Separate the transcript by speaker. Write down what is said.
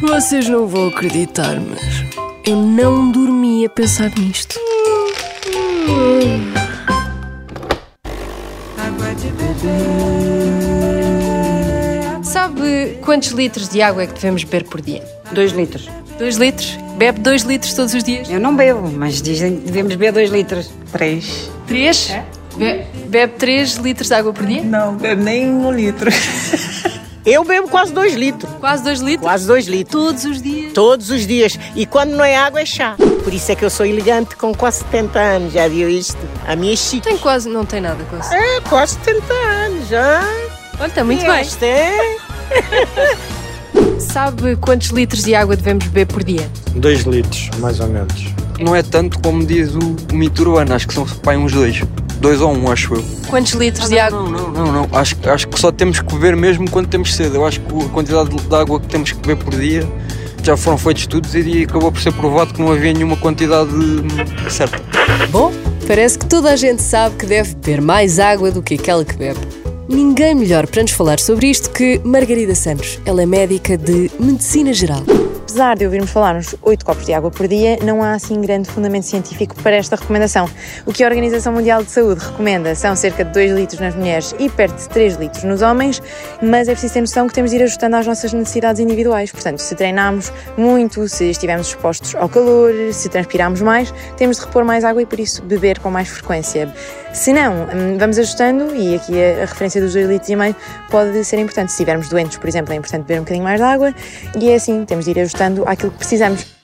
Speaker 1: Vocês não vão acreditar, mas eu não dormi a pensar nisto.
Speaker 2: Sabe quantos litros de água é que devemos beber por dia?
Speaker 3: Dois litros.
Speaker 1: 2 litros? Bebe 2 litros todos os dias?
Speaker 3: Eu não bebo, mas dizem que devemos beber dois litros.
Speaker 4: 3.
Speaker 1: 3? É. Be bebe 3 litros de água por dia?
Speaker 4: Não, bebe nem um litro.
Speaker 5: Eu bebo quase dois litros.
Speaker 1: Quase 2 litros?
Speaker 5: Quase dois litros.
Speaker 1: Todos os dias?
Speaker 5: Todos os dias. E quando não é água, é chá. Por isso é que eu sou elegante com quase 70 anos. Já viu isto? A minha é chique.
Speaker 1: Tem quase, não tem nada quase.
Speaker 5: É, quase 70 anos. Já.
Speaker 1: Olha, está muito bem.
Speaker 5: Este é.
Speaker 2: Sabe quantos litros de água devemos beber por dia?
Speaker 6: 2 litros, mais ou menos.
Speaker 7: Não é tanto como diz o, o mito urbano, acho que são pai, uns dois. Dois ou um, acho eu.
Speaker 1: Quantos litros de água?
Speaker 7: Não, não, não, não. Acho, acho que só temos que beber mesmo quando temos sede. Eu acho que a quantidade de de água que temos que beber por dia já foram feitos estudos e acabou por ser provado que não havia nenhuma quantidade hum, certa.
Speaker 1: Bom, parece que toda a gente sabe que deve beber mais água do que aquela que bebe. Ninguém melhor para nos falar sobre isto que Margarida Santos. Ela é médica de Medicina Geral.
Speaker 8: Apesar de ouvirmos falar uns 8 copos de água por dia, não há assim grande fundamento científico para esta recomendação. O que a Organização Mundial de Saúde recomenda são cerca de 2 litros nas mulheres e perto de 3 litros nos homens, mas é preciso ter noção que temos de ir ajustando às nossas necessidades individuais. Portanto, se treinarmos muito, se estivermos expostos ao calor, se transpirarmos mais, temos de repor mais água e por isso beber com mais frequência. Se não, hum, vamos ajustando e aqui a, a referência dos 2 litros e meio pode ser importante. Se estivermos doentes, por exemplo, é importante beber um bocadinho mais de água e é assim, temos de ir ajustando àquilo que precisamos.